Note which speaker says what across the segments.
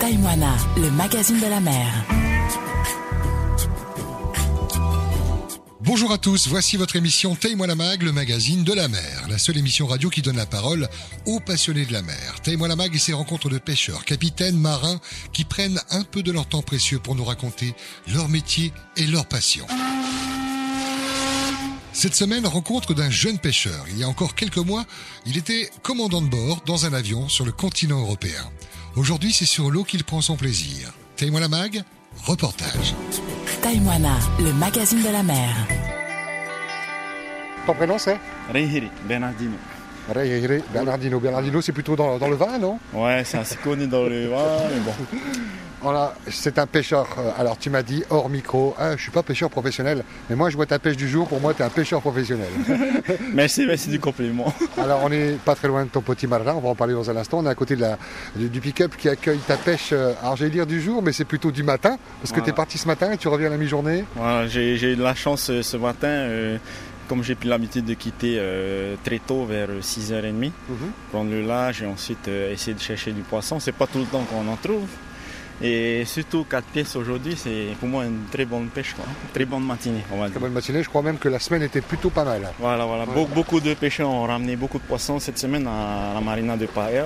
Speaker 1: Taïmoana, le magazine de la mer.
Speaker 2: Bonjour à tous, voici votre émission Taille-moi la mag, le magazine de la mer, la seule émission radio qui donne la parole aux passionnés de la mer. Taille-moi la mag et ses rencontres de pêcheurs, capitaines, marins qui prennent un peu de leur temps précieux pour nous raconter leur métier et leur passion. Cette semaine, rencontre d'un jeune pêcheur. Il y a encore quelques mois, il était commandant de bord dans un avion sur le continent européen. Aujourd'hui, c'est sur l'eau qu'il prend son plaisir. Taille-moi la mag, reportage.
Speaker 1: Taïmoana, le magazine de la mer.
Speaker 3: Ton prénom c'est
Speaker 4: Rihiri, Bernardino.
Speaker 3: Bernardino. Bernardino, c'est plutôt dans, dans le vin, non
Speaker 4: Ouais, c'est assez connu dans le vin, mais bon.
Speaker 3: Voilà, c'est un pêcheur. Euh, Alors tu m'as dit hors micro, ah, je suis pas pêcheur professionnel, mais moi je vois ta pêche du jour, pour moi tu es un pêcheur professionnel.
Speaker 4: Merci, merci du compliment.
Speaker 3: Alors on n'est pas très loin de ton petit marin, on va en parler dans un instant. On est à côté de la, du, du pick-up qui accueille ta pêche, euh, alors j'allais dire du jour, mais c'est plutôt du matin, parce que
Speaker 4: Voilà.
Speaker 3: tu es parti ce matin et tu reviens à la mi-journée.
Speaker 4: Voilà, j'ai j'ai eu de la chance euh, ce matin, euh, comme j'ai pris l'habitude de quitter euh, très tôt, vers euh, 6h30, prendre le large et ensuite euh, essayer de chercher du poisson. C'est pas tout le temps qu'on en trouve. Et surtout 4 pièces aujourd'hui, c'est pour moi une très bonne pêche, quoi. très bonne matinée, on va
Speaker 3: Très
Speaker 4: dire.
Speaker 3: bonne matinée, je crois même que la semaine était plutôt pas mal.
Speaker 4: Voilà, voilà. Be- beaucoup de pêcheurs ont ramené beaucoup de poissons cette semaine à la marina de Paer.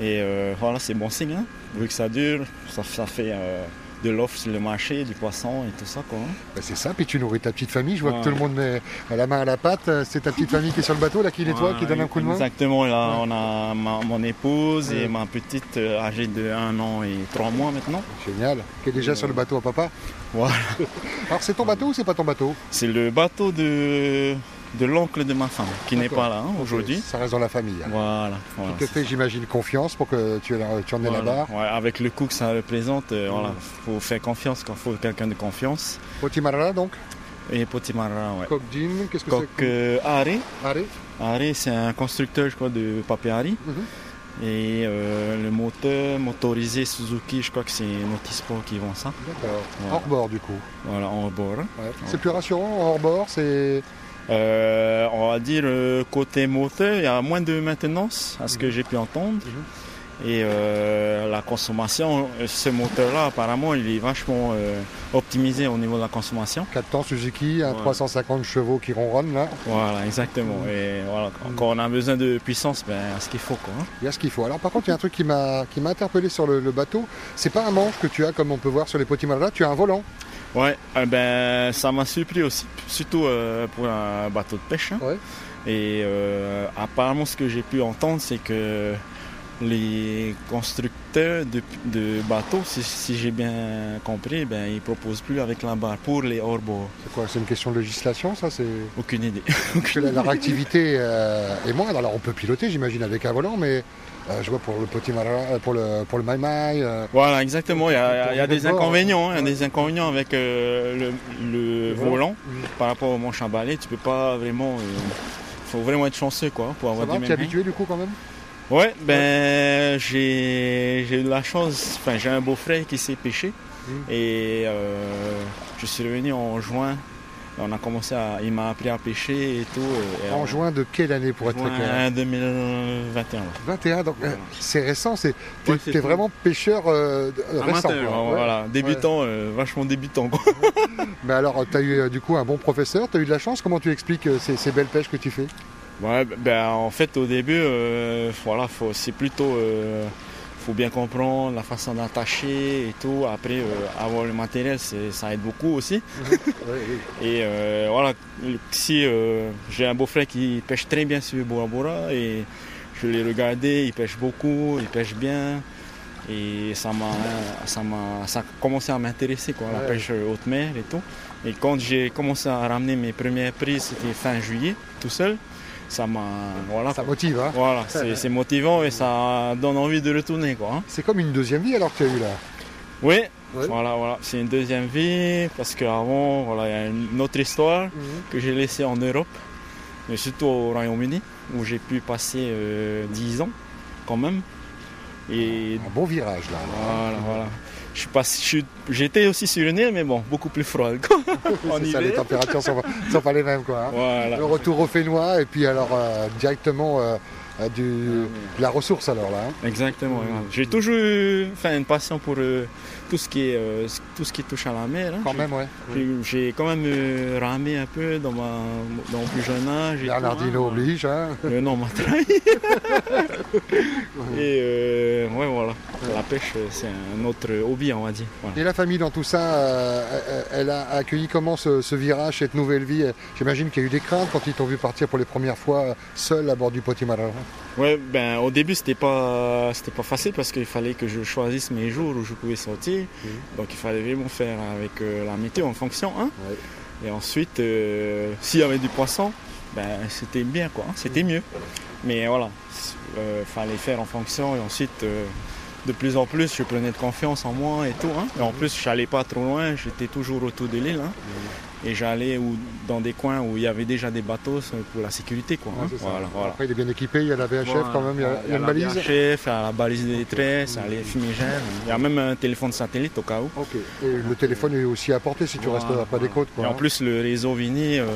Speaker 4: Et euh, voilà, c'est bon signe, hein. vu que ça dure, ça, ça fait euh, de l'offre sur le marché, du poisson et tout ça. Quoi. hein.
Speaker 3: Bah, c'est ça, puis tu nourris ta petite famille, je vois
Speaker 4: Ouais.
Speaker 3: que tout le monde met la main à la pâte, Euh, c'est ta petite famille qui est sur le bateau, là qui nettoie, qui donne un coup de main.
Speaker 4: Exactement, là on a ma- mon épouse
Speaker 3: Ouais.
Speaker 4: et ma petite euh, âgée de 1 an et 3 mois maintenant.
Speaker 3: Génial, qui est déjà sur le bateau à papa.
Speaker 4: Voilà.
Speaker 3: Alors c'est ton bateau ou c'est pas ton bateau
Speaker 4: C'est le bateau de, de l'oncle de ma femme qui n'est
Speaker 3: D'accord.
Speaker 4: pas là hein, aujourd'hui.
Speaker 3: Ça reste dans la famille. hein.
Speaker 4: Voilà. voilà,
Speaker 3: Qui te
Speaker 4: c'est
Speaker 3: fait, j'imagine, confiance pour que tu, aies- tu en aies
Speaker 4: Voilà.
Speaker 3: là-bas.
Speaker 4: Ouais, avec le coup que ça représente, euh, voilà,
Speaker 3: Mm.
Speaker 4: faut faire confiance quand faut quelqu'un de confiance.
Speaker 3: Potimarra donc,
Speaker 4: Et Potimara, ouais.
Speaker 3: coq d'île, qu'est-ce que
Speaker 4: Coq
Speaker 3: c'est
Speaker 4: euh, Haré.
Speaker 3: Arrêt
Speaker 4: Haré, c'est un constructeur, je crois, de papier Haré.
Speaker 3: Mhm.
Speaker 4: Et euh, le moteur motorisé Suzuki, je crois que c'est Motisport qui vend ça.
Speaker 3: D'accord.
Speaker 4: Voilà.
Speaker 3: Hors bord du coup.
Speaker 4: Voilà, en bord.
Speaker 3: Ouais. C'est plus rassurant, hors bord, c'est.
Speaker 4: Euh, on va dire euh, côté moteur, il y a moins de maintenance à ce que j'ai pu entendre. Et euh, la consommation, euh, ce moteur-là, apparemment, il est vachement euh, optimisé au niveau de la consommation.
Speaker 3: 4 ans Suzuki, un
Speaker 4: Ouais.
Speaker 3: 350 chevaux qui ronronnent là.
Speaker 4: Voilà, exactement. Et voilà, quand, quand on a besoin de puissance, ben, ce qu'il faut. Quoi, hein.
Speaker 3: Il y a ce qu'il faut. Alors par contre, il y a un truc qui m'a qui m'a interpellé sur le, le bateau. C'est pas un manche que tu as comme on peut voir sur les Potimarra, tu as un volant.
Speaker 4: Ouais, euh, ben, ça m'a surpris aussi, surtout euh, pour un bateau de pêche. hein.
Speaker 3: Ouais.
Speaker 4: Et euh, apparemment, ce que j'ai pu entendre, c'est que les constructeurs de, de bateaux, si, si j'ai bien compris, ben, ils proposent plus avec la barre pour les hors-bords.
Speaker 3: C'est quoi C'est une question de législation, ça C'est
Speaker 4: Aucune idée.
Speaker 3: que la, la réactivité euh, est moindre. Alors on peut piloter, j'imagine, avec un volant, mais euh, je vois pour le Potimarra, pour le pour le Mai Mai, euh,
Speaker 4: Voilà, exactement. Il y a, il y a
Speaker 3: Pour
Speaker 4: des
Speaker 3: les bords,
Speaker 4: inconvénients, hein, il y a
Speaker 3: ouais.
Speaker 4: des inconvénients avec euh, le, le
Speaker 3: Le volant.
Speaker 4: volant
Speaker 3: Mhm.
Speaker 4: par rapport au manche à balai. Tu peux pas vraiment. Il faut vraiment être chanceux quoi, pour
Speaker 3: ça
Speaker 4: avoir
Speaker 3: va
Speaker 4: des
Speaker 3: T'es
Speaker 4: mêmes mains.
Speaker 3: habitué du coup quand même
Speaker 4: Ouais, ben j'ai j'ai eu de la chance. Enfin, j'ai un beau-frère qui s'est pêché
Speaker 3: Mm.
Speaker 4: et euh, je suis revenu en juin. On a commencé à, il m'a appris à pêcher et tout. et- et
Speaker 3: En
Speaker 4: on-
Speaker 3: juin de quelle année pour être très clair
Speaker 4: juin 2021. ouais.
Speaker 3: 21, donc euh,
Speaker 4: Voilà.
Speaker 3: c'est récent, c'est t'es,
Speaker 4: Ouais, c'est
Speaker 3: t'es
Speaker 4: tout.
Speaker 3: vraiment pêcheur euh, de- euh, récent.
Speaker 4: Amateur,
Speaker 3: quoi.
Speaker 4: ouais,
Speaker 3: Ouais.
Speaker 4: voilà, débutant, euh, vachement débutant. quoi.
Speaker 3: Mais alors euh, t'as eu euh, du coup un bon professeur, t'as eu de la chance, comment tu expliques euh, ces, ces belles pêches que tu fais
Speaker 4: Ouais, ben en fait au début, euh, voilà, faut- c'est plutôt, euh, faut bien comprendre la façon d'attacher et tout. Après, euh, avoir le matériel, c'est- ça aide beaucoup aussi. Et euh, voilà, le- si euh, j'ai un beau-frère qui pêche très bien sur Bora Bora et je l'ai regardé, il pêche beaucoup, il pêche bien. Et ça m'a, ça m'a, ça a commencé à m'intéresser quoi, la
Speaker 3: Ouais.
Speaker 4: pêche haute mer et tout. Et quand j'ai commencé à ramener mes premières prises, c'était fin juillet, tout seul, ça m'a, voilà,
Speaker 3: Ça
Speaker 4: quoi.
Speaker 3: motive, hein
Speaker 4: voilà, c'est, c'est motivant et ça donne envie de retourner quoi. hein.
Speaker 3: C'est comme une deuxième vie alors que tu as eu là.
Speaker 4: Oui,
Speaker 3: Ouais.
Speaker 4: voilà, voilà, c'est une deuxième vie parce qu'avant, voilà, il y a une autre histoire que j'ai laissé en Europe, mais surtout au Royaume-Uni, où j'ai pu passer euh, 10 ans quand même. Et
Speaker 3: Un bon virage là.
Speaker 4: voilà, voilà. Je suis passé- je suis- J'étais aussi sur une île, mais bon, beaucoup plus froide. quoi, en
Speaker 3: c'est ça,
Speaker 4: hiver.
Speaker 3: les températures sont, sont pas les mêmes quoi. hein.
Speaker 4: Voilà.
Speaker 3: Le retour au Fénois et puis alors euh, directement euh, euh, du, de la ressource alors là. hein.
Speaker 4: Exactement. ouais. J'ai toujours eu enfin, une passion pour euh, tout, ce qui est, euh, tout ce qui touche à la mer. hein.
Speaker 3: Quand
Speaker 4: J'ai-
Speaker 3: même, ouais.
Speaker 4: j'ai- J'ai quand même euh, ramé un peu dans, ma, dans mon plus jeune âge. et
Speaker 3: Bernardino
Speaker 4: tout, hein.
Speaker 3: oblige. hein.
Speaker 4: Le nom m'a trahi. et euh, ouais, voilà. La pêche, euh, c'est un autre hobby, on va dire. Voilà.
Speaker 3: Et la famille dans tout ça, euh, euh, elle a accueilli comment ce, ce virage, cette nouvelle vie J'imagine qu'il y a eu des craintes quand ils t'ont vu partir pour les premières fois euh, seul à bord du Potimarra. hein.
Speaker 4: Ouais, ben au début c'était pas c'était pas facile parce qu'il fallait que je choisisse mes jours où je pouvais sortir. Donc il fallait vraiment faire avec euh, la météo en fonction. Hein. Et ensuite, euh, s'il y avait du poisson, ben c'était bien quoi, hein, c'était mieux. Mais voilà, euh, fallait faire en fonction et ensuite euh, de plus en plus je prenais de confiance en moi et tout. Hein. Et en plus j'allais pas trop loin, j'étais toujours autour de l'île. Hein. Et j'allais où- dans des coins où il y avait déjà des bateaux euh, pour la sécurité quoi. hein. Voilà, voilà.
Speaker 3: Après, il est bien équipé, il y a la VHF quand même, il y a, il y a une
Speaker 4: la
Speaker 3: balise.
Speaker 4: VHF, il euh, y a la balise des détresse, il y a les fumigènes, il y a même un téléphone satellite au cas où.
Speaker 3: Ok. Et le téléphone est aussi à portée si tu
Speaker 4: Voilà,
Speaker 3: restes à pas des
Speaker 4: voilà.
Speaker 3: côtes. Quoi,
Speaker 4: Et en
Speaker 3: hein.
Speaker 4: plus, le réseau Vini, euh,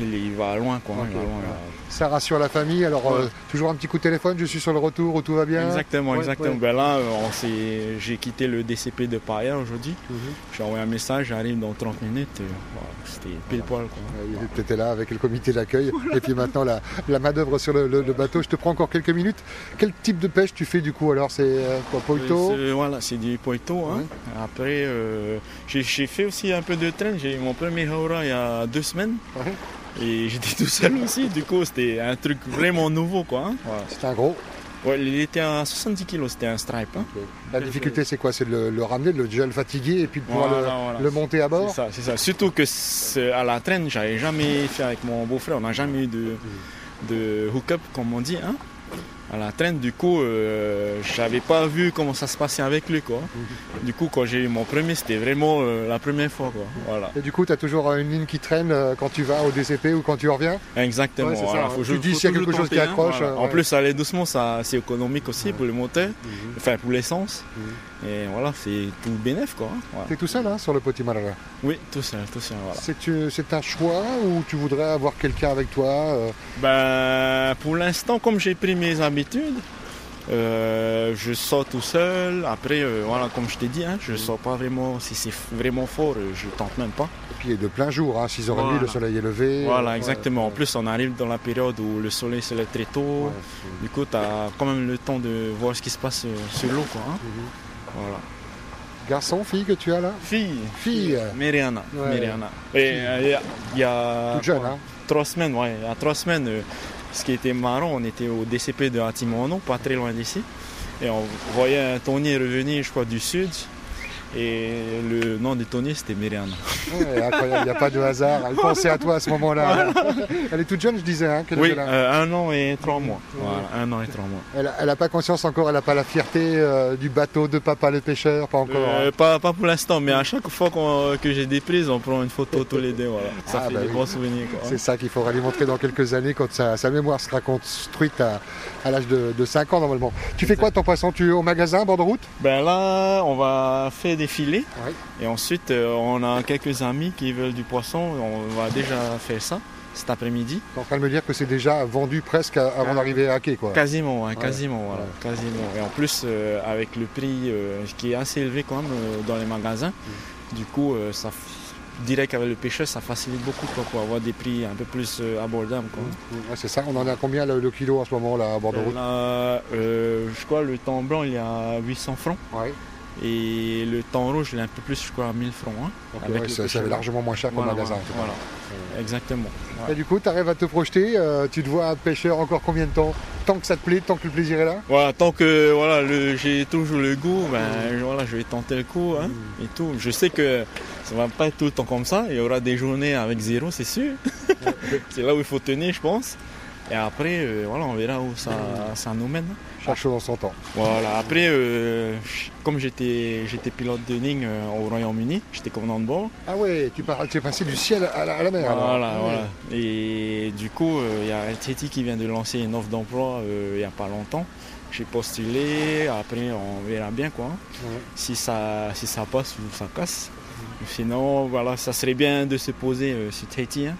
Speaker 4: il, il va loin quoi. hein, il
Speaker 3: Ok,
Speaker 4: va loin,
Speaker 3: voilà.
Speaker 4: il
Speaker 3: Ça rassure la famille. Alors,
Speaker 4: Ouais.
Speaker 3: euh, toujours un petit coup de téléphone, je suis sur le retour, où tout va
Speaker 4: va-
Speaker 3: bien.
Speaker 4: Exactement,
Speaker 3: Ouais,
Speaker 4: exactement.
Speaker 3: ouais.
Speaker 4: Ben là, euh, on s'est- j'ai quitté le DCP de Paria aujourd'hui.
Speaker 3: Mhm.
Speaker 4: J'ai envoyé un message, j'arrive dans 30 minutes. et voilà, C'était pile poil. Quoi.
Speaker 3: Tu étais là avec le comité d'accueil et puis maintenant la, la main-d'œuvre sur le, le- le bateau. Je te prends encore quelques minutes. Quel type de pêche tu fais du coup alors C'est euh, quoi, poito
Speaker 4: Oui, c'est- Voilà, c'est du poito. hein. Après, euh, j'ai- j'ai fait aussi un peu de train. J'ai eu mon premier haura il y a deux semaines.
Speaker 3: Ouais.
Speaker 4: Et j'étais tout seul aussi. Du coup, c'était un truc vraiment nouveau. quoi. hein.
Speaker 3: C'est un gros.
Speaker 4: Ouais, il était à 70 kilos, c'était un stripe. hein.
Speaker 3: La difficulté c'est quoi C'est de le, le ramener, de le, déjà le fatiguer et puis de pouvoir
Speaker 4: Voilà,
Speaker 3: le,
Speaker 4: voilà.
Speaker 3: le monter à
Speaker 4: C'est
Speaker 3: bord
Speaker 4: ça, c'est ça. Surtout que c'est- à la traîne, j'avais jamais fait avec mon beau-frère. On n'a jamais eu de, de hook-up, comme on dit. hein. À la traîne, du coup, euh, j'avais pas vu comment ça se passait avec lui. Quoi. Du coup, quand j'ai eu mon premier, c'était vraiment euh, la première fois. Quoi. Voilà.
Speaker 3: Et du coup, tu as toujours euh, une ligne qui traîne euh, quand tu vas au DCP ou quand tu reviens
Speaker 4: Exactement.
Speaker 3: Ouais, c'est ça,
Speaker 4: voilà,
Speaker 3: hein.
Speaker 4: faut
Speaker 3: Tu
Speaker 4: juste-
Speaker 3: dis
Speaker 4: faut
Speaker 3: s'il y a quelque
Speaker 4: toujours
Speaker 3: chose qui
Speaker 4: tenter, hein,
Speaker 3: accroche,
Speaker 4: voilà.
Speaker 3: euh,
Speaker 4: En
Speaker 3: ouais.
Speaker 4: plus, aller doucement, ça, c'est économique aussi pour le moteur, enfin pour l'essence.
Speaker 3: Mm.
Speaker 4: Et voilà, c'est tout bénéf quoi. hein, voilà.
Speaker 3: Tu es tout seul hein, sur le Potimarara.
Speaker 4: Oui, tout seul, tout seul. Voilà.
Speaker 3: C'est euh, c'est un choix ou tu voudrais avoir quelqu'un avec toi euh,
Speaker 4: Ben, pour l'instant, comme j'ai pris mes habitudes, euh, je sors tout seul. Après, euh, voilà, comme je t'ai dit, hein, je sors pas vraiment. Si c'est vraiment fort, euh, je tente même pas.
Speaker 3: Et puis il est de plein jour, hein, 6h30, le
Speaker 4: Voilà.
Speaker 3: soleil est levé. euh,
Speaker 4: Voilà,
Speaker 3: Ouais.
Speaker 4: exactement. En plus, on arrive dans la période où le soleil se lève très tôt. Du coup, tu as quand même le temps de voir ce qui se passe euh, sur l'eau. quoi, hein. Voilà.
Speaker 3: Mhm. Garçon, fille que tu as là
Speaker 4: Fille,
Speaker 3: Fille
Speaker 4: Mériana.
Speaker 3: Ouais.
Speaker 4: Mériana. Et euh, il y a- il y a
Speaker 3: Toute jeune, hein
Speaker 4: trois semaines, ouais, il y a trois semaines, euh, ce qui était marrant, on était au DCP de Atimono, pas très loin d'ici. Et on voyait un tonnier revenir, je crois, du sud. Et le nom du tonnier, c'était Mériana.
Speaker 3: Ouais, incroyable, il n'y a pas de hasard. Elle pensait à toi à ce moment-là. Elle est toute jeune, je disais. Hein, qu'elle
Speaker 4: Oui,
Speaker 3: était là.
Speaker 4: euh, un an et trois mois. Voilà, un an et trois mois.
Speaker 3: Elle n'a pas conscience encore, elle n'a pas la fierté euh, du bateau de papa le pêcheur, pas encore.
Speaker 4: Euh,
Speaker 3: hein.
Speaker 4: pas, pas pour l'instant, mais à chaque fois qu'on- que j'ai des prises, on prend une photo tous les deux. Voilà. Ça
Speaker 3: Ah,
Speaker 4: fait
Speaker 3: bah
Speaker 4: des
Speaker 3: oui.
Speaker 4: bons souvenirs. quoi.
Speaker 3: C'est ça qu'il faudra lui montrer dans quelques années quand sa, sa mémoire sera construite à, à l'âge de, 5 ans normalement. Tu fais quoi ton poisson Tu es au magasin, bord de route
Speaker 4: Ben là, on va faire des filets.
Speaker 3: Ouais.
Speaker 4: Et ensuite, euh, on a quelques amis qui veulent du poisson. On va déjà faire ça cet après-midi.
Speaker 3: T'es en train de me dire que c'est déjà vendu presque à- avant d'arriver à quai quoi.
Speaker 4: Quasiment, hein, quasiment, voilà, quasiment. Et en plus, euh, avec le prix euh, qui est assez élevé quand même euh, dans les magasins,
Speaker 3: Mm.
Speaker 4: du coup, euh, ça f- direct avec le pêcheur, ça facilite beaucoup quoi, pour avoir des prix un peu plus euh, abordables. Quoi.
Speaker 3: Ouais, c'est ça, on en a combien le, le kilo en ce moment là à bord Mm. de
Speaker 4: Euh,
Speaker 3: route
Speaker 4: là, euh, je crois le temps blanc, il est à 800 francs.
Speaker 3: Ouais.
Speaker 4: Et le temps rouge, il est un peu plus, je crois, à 1000 francs. hein,
Speaker 3: Donc,
Speaker 4: avec
Speaker 3: ouais,
Speaker 4: le
Speaker 3: ça, ça
Speaker 4: pêcheur.
Speaker 3: va largement moins cher qu'au
Speaker 4: Voilà,
Speaker 3: magasin.
Speaker 4: voilà,
Speaker 3: en tout cas.
Speaker 4: voilà. exactement. Ouais.
Speaker 3: Et du coup, tu arrives à te projeter, euh, tu te vois un pêcheur encore combien de temps Tant que ça te plaît, tant que le plaisir est là
Speaker 4: Voilà, tant que voilà, le- j'ai toujours le goût, ben, je- voilà, je vais tenter le coup hein, et tout. Je sais que ça va pas être tout le temps comme ça. Il y aura des journées avec zéro, c'est sûr. c'est là où il faut tenir, je pense. Et après, euh, voilà, on verra où ça, ça nous mène.
Speaker 3: Chaque chose en son temps.
Speaker 4: Voilà, après, euh, j- comme j'étais j'étais pilote de ligne euh, au Royaume-Uni, j'étais commandant de bord.
Speaker 3: Ah ouais, tu, parles, tu es passé du ciel à la, à la mer. alors.
Speaker 4: Voilà,
Speaker 3: Ouais.
Speaker 4: voilà. Et du coup, euh, il y a LTT qui vient de lancer une offre d'emploi euh, il n'y a pas longtemps. J'ai postulé, après on verra bien quoi. hein. Si, ça, si ça passe ou ça casse. Sinon, voilà, ça serait bien de se poser euh, sur Tahiti, hein.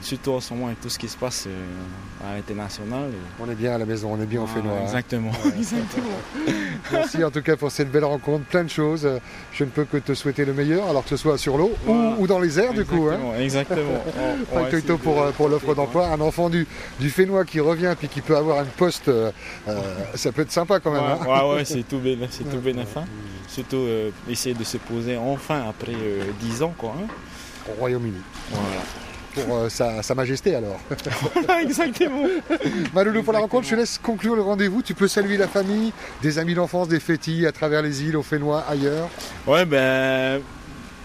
Speaker 4: surtout en ce moment avec tout ce qui se passe euh, à l'international. Et-
Speaker 3: On est bien à la maison, on est bien au
Speaker 4: Ah,
Speaker 3: fait noir.
Speaker 4: Exactement. Exactement.
Speaker 3: Merci en tout cas pour cette belle rencontre, plein de choses. Euh, Je ne peux que te souhaiter le meilleur, alors que ce soit sur l'eau ou-
Speaker 4: Voilà.
Speaker 3: ou, dans les airs du coup. hein.
Speaker 4: Exactement, Exactement. On- on va
Speaker 3: Franck Toito
Speaker 4: essayer
Speaker 3: pour,
Speaker 4: de-
Speaker 3: euh, pour l'offre d'emploi, un enfant du, du Fénois qui revient puis qui peut avoir une poste, euh, euh, ça peut être sympa quand
Speaker 4: Ouais,
Speaker 3: même. hein.
Speaker 4: ouais, ouais, c'est tout bénéf, c'est tout bénéf, hein. Surtout euh, essayer de se poser enfin après euh, 10 ans, quoi. hein.
Speaker 3: Au Royaume-Uni,
Speaker 4: Voilà.
Speaker 3: pour euh, sa, sa majesté alors.
Speaker 4: Exactement.
Speaker 3: Maloulou pour la rencontre, je te laisse conclure le rendez-vous. Tu peux saluer la famille, des amis d'enfance, des fétis à travers les îles, au Fénois, ailleurs.
Speaker 4: Ouais, ben,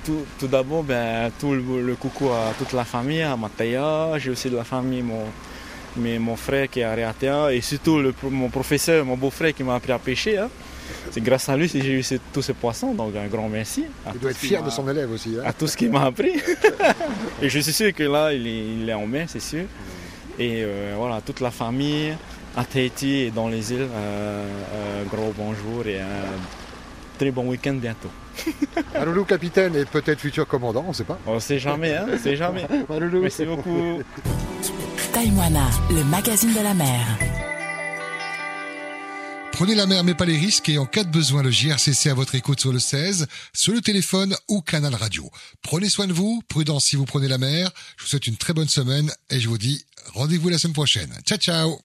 Speaker 4: tout, tout d'abord, ben, tout le, le coucou à toute la famille, à Mataya. J'ai aussi de la famille, mon, mais mon frère qui est à Reatea, et surtout le, pro- mon professeur, mon beau-frère qui m'a appris à pêcher. hein. C'est grâce à lui que j'ai eu ce- tous ces poissons, donc un grand merci. à
Speaker 3: Il
Speaker 4: tout
Speaker 3: doit
Speaker 4: ce
Speaker 3: être
Speaker 4: qu'il
Speaker 3: fier de
Speaker 4: m'a-
Speaker 3: son élève aussi. hein.
Speaker 4: à tout ce qu'il m'a appris. et je suis sûr que là, il est, il est en mer, c'est sûr. Et euh, voilà, toute la famille à Tahiti et dans les îles, euh, un gros bonjour et un très bon week-end bientôt.
Speaker 3: Maloulou capitaine et peut-être futur commandant, on ne sait pas.
Speaker 4: On sait jamais, hein, on sait jamais.
Speaker 3: Maloulou.
Speaker 4: Merci beaucoup.
Speaker 1: Taïwana, le magazine de la mer.
Speaker 2: Prenez la mer mais pas les risques et en cas de besoin le JRCC à votre écoute sur le 16, sur le téléphone ou canal radio. Prenez soin de vous, prudence si vous prenez la mer. Je vous souhaite une très bonne semaine et je vous dis rendez-vous la semaine prochaine. Ciao ciao